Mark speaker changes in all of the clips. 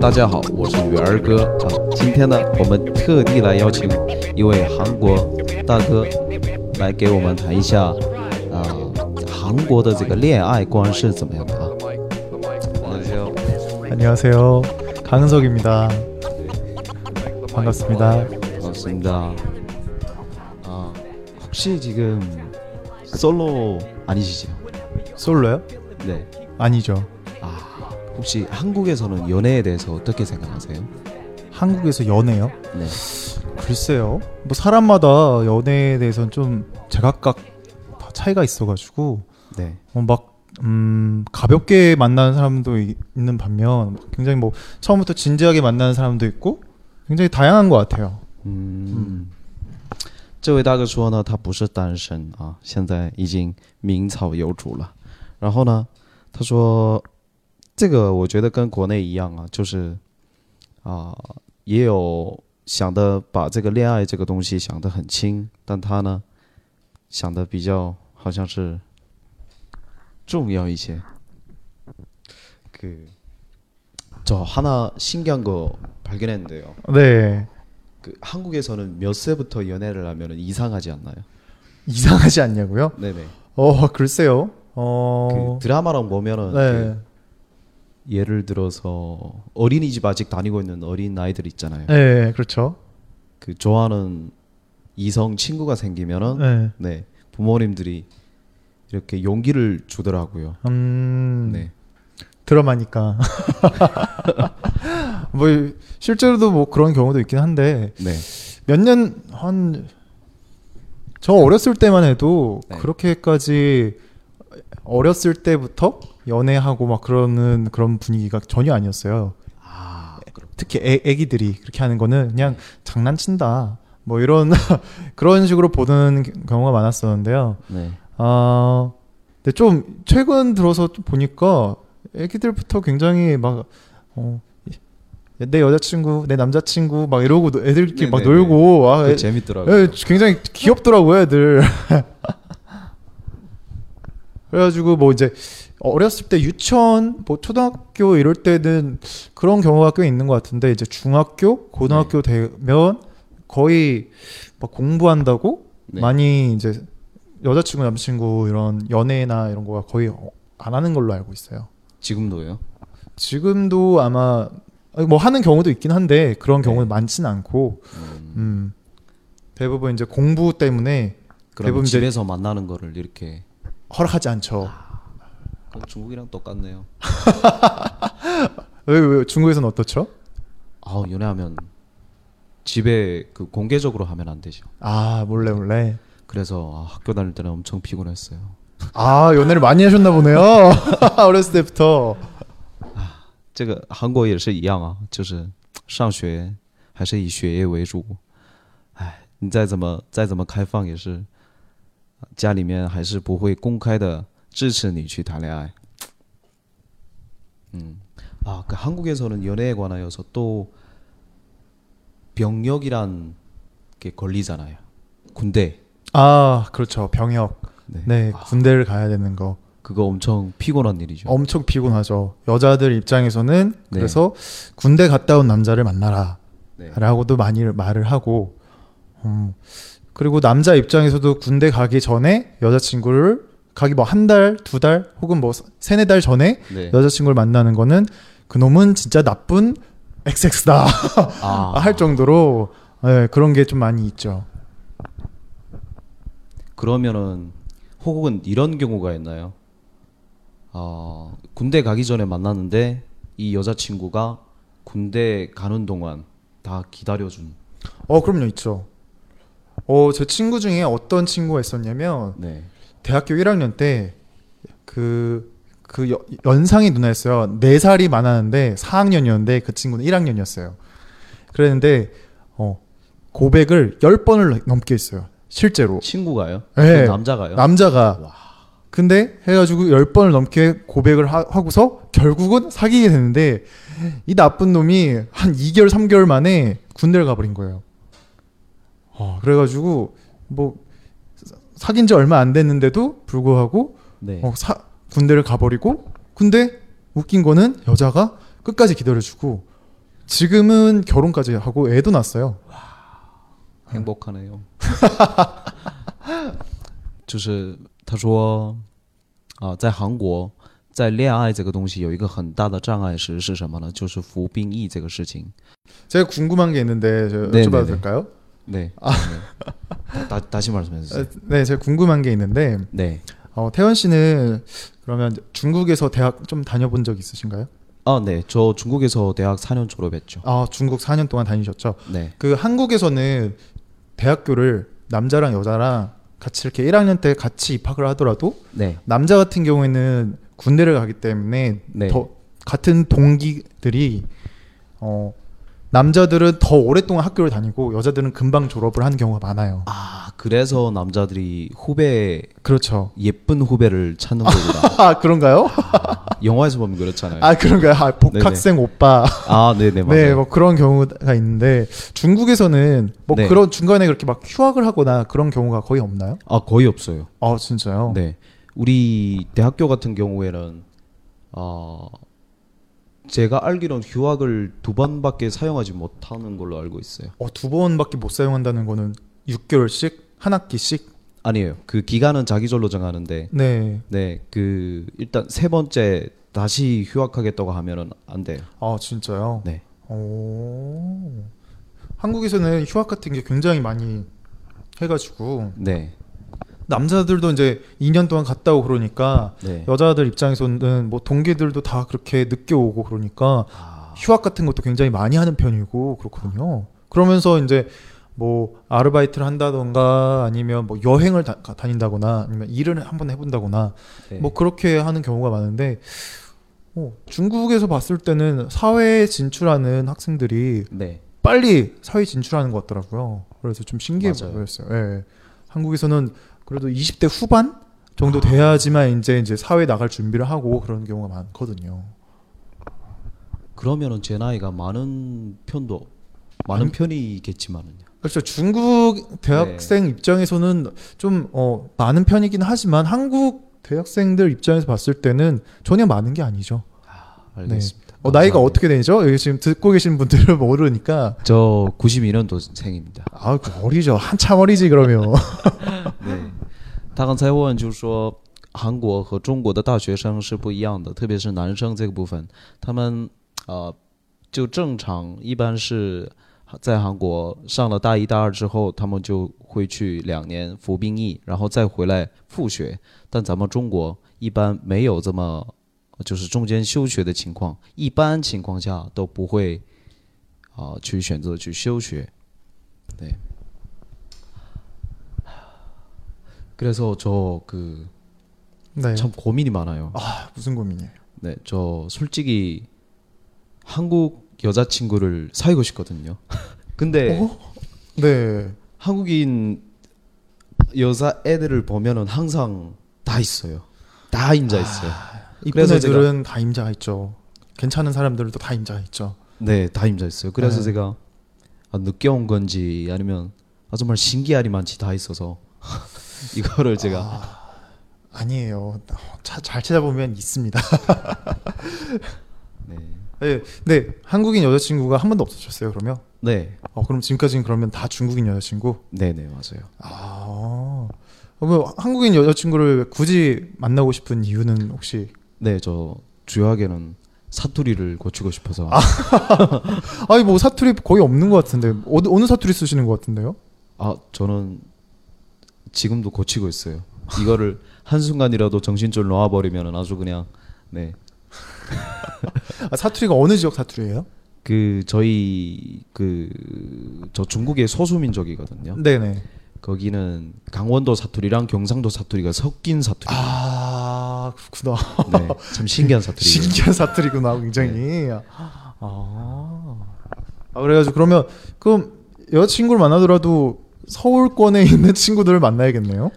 Speaker 1: 大家好，我是鱼儿哥啊。今天呢，我们特地来邀请一位韩国大哥来给我们谈一下啊、韩国的这个恋爱观是怎么样的啊？안녕하세요
Speaker 2: 네, 안녕하세요. 강은석입니다. 반갑습니다.
Speaker 1: 반갑습니다. 아, 혹시 지금 솔로 아니시죠?
Speaker 2: 솔로요?
Speaker 1: 네.
Speaker 2: 아니죠.
Speaker 1: 아, 혹시 한국에서는 연애에 대해서 어떻게 생각하세요?
Speaker 2: 한국에서 연애요?
Speaker 1: 네.
Speaker 2: 글쎄요. 뭐 사람마다 연애에 대해서는 좀 제각각 다 차이가 있어가지고
Speaker 1: 네.
Speaker 2: 어, 막 음, 가볍게 만나는 사람도 이- 있는 반면 굉장히 뭐 처음부터 진지하게 만나는 사람도 있고 굉장히 다양한 것 같아요.
Speaker 1: 嗯，这位大哥说呢，他不是单身啊，现在已经名草有主了。然后呢，他说这个我觉得跟国内一样啊，就是啊，也有想的把这个恋爱这个东西想得很轻，但他呢想的比较好像是重要一些。그저하나신기한거발견했는데요
Speaker 2: 네.
Speaker 1: 그 한국에서는 몇 세부터 연애를 하면 이상하지 않나요?
Speaker 2: 이상하지 않냐고요?
Speaker 1: 네네.
Speaker 2: 어 글쎄요.
Speaker 1: 그
Speaker 2: 어.
Speaker 1: 드라마랑 보면은
Speaker 2: 네.
Speaker 1: 그 예를 들어서 어린이집 아직 다니고 있는 어린 아이들 있잖아요.
Speaker 2: 네. 그렇죠.
Speaker 1: 그 좋아하는 이성 친구가 생기면은 네.
Speaker 2: 네.
Speaker 1: 부모님들이 이렇게 용기를 주더라고요.
Speaker 2: 음.
Speaker 1: 네.
Speaker 2: 드라마니까. 뭐 실제로도 뭐 그런 경우도 있긴 한데
Speaker 1: 네.
Speaker 2: 몇 년 한 저 어렸을 때만 해도
Speaker 1: 네.
Speaker 2: 그렇게까지 어렸을 때부터 연애하고 막 그러는 그런 분위기가 전혀 아니었어요.
Speaker 1: 아, 그럼
Speaker 2: 특히 애, 애기들이 그렇게 하는 거는
Speaker 1: 네.
Speaker 2: 그냥 장난친다. 뭐 이런 그런 식으로 보는 경우가 많았었는데요.
Speaker 1: 네.
Speaker 2: 아, 근데 좀 최근 들어서 좀 보니까 애기들부터 굉장히 막, 어, 내 여자친구, 내 남자친구 막 이러고 노- 애들끼리 막
Speaker 1: 네네네.
Speaker 2: 놀고, 아,
Speaker 1: 그거
Speaker 2: 애,
Speaker 1: 재밌더라고요.
Speaker 2: 애 굉장히 귀엽더라고요, 애들. 그래가지고 뭐 이제 어렸을 때 유치원, 뭐 초등학교 이럴 때는 그런 경우가 꽤 있는 것 같은데 이제 중학교, 고등학교
Speaker 1: 네.
Speaker 2: 되면 거의 막 공부한다고
Speaker 1: 네.
Speaker 2: 많이 이제 여자친구 남자친구 이런 연애나 이런 거가 거의 어- 안 하는 걸로 알고 있어요.
Speaker 1: 지금도요?
Speaker 2: 음. 지금도 아마 아니, 뭐 하는 경우도 있긴 한데 그런
Speaker 1: 네.
Speaker 2: 경우는 많지는 않고
Speaker 1: 음,
Speaker 2: 음, 대부분 이제 공부 때문에
Speaker 1: 그럼
Speaker 2: 대부분 이제-
Speaker 1: 집에서 만나는 거를 이렇게
Speaker 2: 허락하지 않죠.
Speaker 1: 아. 그럼 중국이랑 똑같네요.
Speaker 2: 왜, 왜 중국에서는 어떻죠?
Speaker 1: 아 연애하면 집에 그 공개적으로 하면 안 되죠.
Speaker 2: 아 몰래 몰래.
Speaker 1: 그래서 아, 학교 다닐 때는 엄청 피곤했어요.
Speaker 2: 아 연애를 많이 하셨나 보네요. 어렸을 때부터.
Speaker 1: 这个韩国也是一样啊，就是上学还是以学业为主。哎，你再怎么再怎么开放，也是家里面还是不会公开的支持你去谈恋爱。嗯，아그 한국에서는 연애에 관하여서 또 병역이란 게 걸리잖아요. 군대.
Speaker 2: 아 그렇죠 병역.
Speaker 1: 네.
Speaker 2: 네 군대를 가야 되는 거.
Speaker 1: 그거 엄청 피곤한 일이죠.
Speaker 2: 엄청 피곤하죠. 여자들 입장에서는 그래서 군대 갔다 온 남자를
Speaker 1: 네.
Speaker 2: 만나라라고도 많이 말을 하고 음, 그리고 남자 입장에서도 군대 가기 전에 여자친구를 가기 뭐 한 달, 두 달 혹은 뭐 세네 달 전에
Speaker 1: 네.
Speaker 2: 여자친구를 만나는 거는 그놈은 진짜 나쁜 XX다
Speaker 1: 아,
Speaker 2: 할 정도로 예, 그런 게 좀 많이 있죠.
Speaker 1: 그러면은 혹은 이런 경우가 있나요? 어, 군대 가기 전에 만났는데 이 여자친구가 군대 가는 동안 다 기다려준.
Speaker 2: 어, 그럼요, 있죠. 어, 제 친구 중에 어떤 친구가 있었냐면
Speaker 1: 네.
Speaker 2: 대학교 1학년 때 그 그 연상이 누나였어요. 4살이 많았는데 4학년이었는데 그 친구는 1학년이었어요. 그랬는데 어 고백을 10번을 넘게 했어요. 실제로.
Speaker 1: 친구가요?
Speaker 2: 네.
Speaker 1: 그 남자가요?
Speaker 2: 남자가 근데 해가지고 10번을 넘게 고백을 하, 고서 결국은 사귀게 되는데 이 나쁜 놈이 한 2개월 3개월 만에 군대를 가버린 거예요. 어, 그래가지고 뭐 사귄 지 얼마 안 됐는데도 불구하고
Speaker 1: 네.
Speaker 2: 어, 사- 군대를 가버리고 근데 웃긴 거는 여자가 끝까지 기다려주고 지금은 결혼까지 하고 애도 낳았어요.
Speaker 1: 행복하네요. 就是他说，啊，在韩国，在恋爱这个东西有一个很大的障碍是是什么呢？就是服兵役这个事情。
Speaker 2: 제가 궁금한 게 있는데 저
Speaker 1: 네, 네,
Speaker 2: 여쭤봐도
Speaker 1: 네.
Speaker 2: 될까요?
Speaker 1: 네. 네. 다, 다시 말씀해 주세요.
Speaker 2: 어, 네, 제가 궁금한 게 있는데
Speaker 1: 네.
Speaker 2: 어, 태원 씨는 그러면 중국에서 대학 좀 다녀본 적 있으신가요?
Speaker 1: 아, 네. 저 중국에서 대학 4년 졸업했죠.
Speaker 2: 아, 중국 4년 동안 다니셨죠.
Speaker 1: 네.
Speaker 2: 그 한국에서는 대학교를 남자랑 여자랑 같이 이렇게 1학년 때 같이 입학을 하더라도
Speaker 1: 네.
Speaker 2: 남자 같은 경우에는 군대를 가기 때문에
Speaker 1: 네.
Speaker 2: 더 같은 동기들이 어 남자들은 더 오랫동안 학교를 다니고 여자들은 금방 졸업을 하는 경우가 많아요.
Speaker 1: 아, 그래서 남자들이 후배
Speaker 2: 그렇죠.
Speaker 1: 예쁜 후배를 찾는 거구나.
Speaker 2: 아 그런가요?
Speaker 1: 영화에서 보면 그렇잖아요.
Speaker 2: 아 그런가요? 아, 복학생 오빠.
Speaker 1: 아, 네, 네,
Speaker 2: 네,
Speaker 1: 맞아요.
Speaker 2: 뭐 그런 경우가 있는데 중국에서는 뭐
Speaker 1: 네.
Speaker 2: 그런 중간에 그렇게 막 휴학을 하거나 그런 경우가 거의 없나요?
Speaker 1: 아, 거의 없어요.
Speaker 2: 아 진짜요?
Speaker 1: 네. 우리 대학교 같은 경우에는 어, 제가 알기로는 휴학을 두 번밖에 사용하지 못하는 걸로 알고 있어요.
Speaker 2: 어, 두 번밖에 못 사용한다는 거는 6개월씩 한 학기씩.
Speaker 1: 아니에요. 그 기간은 자기절로 정하는데
Speaker 2: 네.
Speaker 1: 네, 그 일단 세 번째 다시 휴학하겠다고 하면은 안 돼요.
Speaker 2: 아 진짜요?
Speaker 1: 네.
Speaker 2: 오. 한국에서는 휴학 같은 게 굉장히 많이 해가지고
Speaker 1: 네.
Speaker 2: 남자들도 이제 2년 동안 갔다 오고 그러니까
Speaker 1: 네.
Speaker 2: 여자들 입장에서는 뭐 동기들도 다 그렇게 늦게 오고 그러니까
Speaker 1: 아,
Speaker 2: 휴학 같은 것도 굉장히 많이 하는 편이고 그렇거든요. 그러면서 이제 뭐 아르바이트를 한다던가 아니면 뭐 여행을 다, 닌다거나 아니면 일을 한번 해본다거나
Speaker 1: 네.
Speaker 2: 뭐 그렇게 하는 경우가 많은데 어, 중국에서 봤을 때는 사회에 진출하는 학생들이
Speaker 1: 네.
Speaker 2: 빨리 사회 진출하는 것 같더라고요. 그래서 좀 신기해
Speaker 1: 맞아요.
Speaker 2: 보였어요. 예. 한국에서는 그래도 20대 후반 정도 돼야지만 이제 이제 사회 나갈 준비를 하고 그런 경우가 많거든요.
Speaker 1: 그러면은 제 나이가 많은 편도 많은
Speaker 2: 음.
Speaker 1: 편이겠지만은요.
Speaker 2: 그렇죠. 중국
Speaker 1: 네.
Speaker 2: 대학생 입장에서는 좀 어, 많은 편이긴 하지만 한국 대학생들 입장에서 봤을 때는 전혀 많은 게 아니죠.
Speaker 1: 아, 알겠습니다.
Speaker 2: 어, 나이가
Speaker 1: 감사합니다.
Speaker 2: 어떻게 되죠? 여기 지금 듣고 계신 분들은 모르니까
Speaker 1: 저 92년도생입니다.
Speaker 2: 아 어리죠. 한참 어리지 그러면.
Speaker 1: 对，他刚才问就是说，韩国和中国的大学生是不一样的，特别是男生这个部分，他们呃就正常一般是在韩国上了大一大二之后，他们就会去两年服兵役，然后再回来复学。但咱们中国一般没有这么就是中间休学的情况，一般情况下都不会啊、去选择去休学。 그래서 저그참
Speaker 2: 네.
Speaker 1: 고민이 많아요.
Speaker 2: 아 무슨 고민이에요.
Speaker 1: 네, 저 솔직히 한국 여자친구를 사귀고 싶거든요. 근데
Speaker 2: 네.
Speaker 1: 한국인 여자 애들을 보면은 항상 다 있어요. 다 임자 있어요.
Speaker 2: 이쁜
Speaker 1: 그래서
Speaker 2: 애들은 다 임자가 있죠. 괜찮은 사람들도 다 임자가 있죠.
Speaker 1: 네, 다 임자 있어요. 그래서
Speaker 2: 네.
Speaker 1: 제가 아, 늦게 온 건지 아니면 아, 정말 신기하리 만치 다 있어서 이거를 제가
Speaker 2: 아니에요. 어, 차- 잘 찾아보면 있습니다.
Speaker 1: 네,
Speaker 2: 네, 네. 한국인 여자친구가 한 번도 없으셨어요. 그러면?
Speaker 1: 네,
Speaker 2: 어, 그럼 지금까지는 그러면 다 중국인 여자친구?
Speaker 1: 네, 네 맞아요.
Speaker 2: 아, 어, 뭐 한국인 여자친구를 굳이 만나고 싶은 이유는 혹시?
Speaker 1: 네, 저 주요하게는 사투리를 고치고 싶어서
Speaker 2: 아니 뭐 사투리 거의 없는 것 같은데 어느, 어느 사투리 쓰시는 것 같은데요?
Speaker 1: 아 저는 지금도 고치고 있어요. 이거를 한 순간이라도 정신줄 놓아버리면 아주 그냥 네.
Speaker 2: 아, 사투리가 어느 지역 사투리예요?
Speaker 1: 네 그 저희 그 저 중국의 소수민족이거든요.
Speaker 2: 네네.
Speaker 1: 거기는 강원도 사투리랑 경상도 사투리가 섞인 사투리.
Speaker 2: 아 그렇구나.
Speaker 1: 네, 참 신기한 사투리.
Speaker 2: 신기한 사투리구나 굉장히.
Speaker 1: 네.
Speaker 2: 아. 아 그래가지고 그러면 그럼 여자친구를 만나더라도 서울권에 있는 친구들을 만나야겠네요.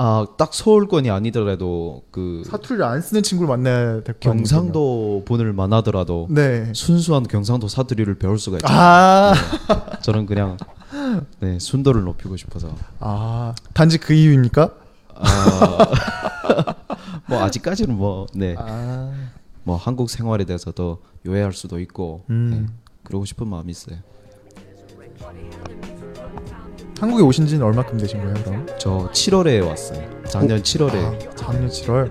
Speaker 1: 아딱 서울권이 아니더라도 그
Speaker 2: 사투리를 안 쓰는 친구를 만나야 될거 아니에요?
Speaker 1: 경상도 분을 만나더라도
Speaker 2: 네.
Speaker 1: 순수한 경상도 사투리를 배울 수가 있죠.
Speaker 2: 아.
Speaker 1: 저는 그냥 네 순도를 높이고 싶어서.
Speaker 2: 아 단지 그 이유입니까?
Speaker 1: 뭐 아직까지는 뭐 네.
Speaker 2: 아.
Speaker 1: 뭐 한국 생활에 대해서도 요해할 수도 있고
Speaker 2: 음.
Speaker 1: 네, 그러고 싶은 마음이 있어요.
Speaker 2: 한국에 오신 지는 얼마큼 되신 거예요, 그럼?
Speaker 1: 저 7월에 왔어요. 작년 7월에.
Speaker 2: 아, 작년 7월.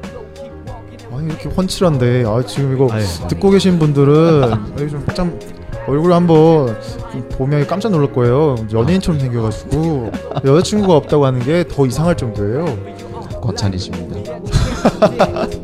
Speaker 2: 아니 이렇게 훤칠한데 아 지금 이거
Speaker 1: 아유,
Speaker 2: 듣고 계신 분들은 좀참 얼굴 한번 좀 보면 깜짝 놀랄 거예요. 연예인처럼 생겨가지고 여자친구가 없다고 하는 게 더 이상할 정도예요.
Speaker 1: 과찬이십니다.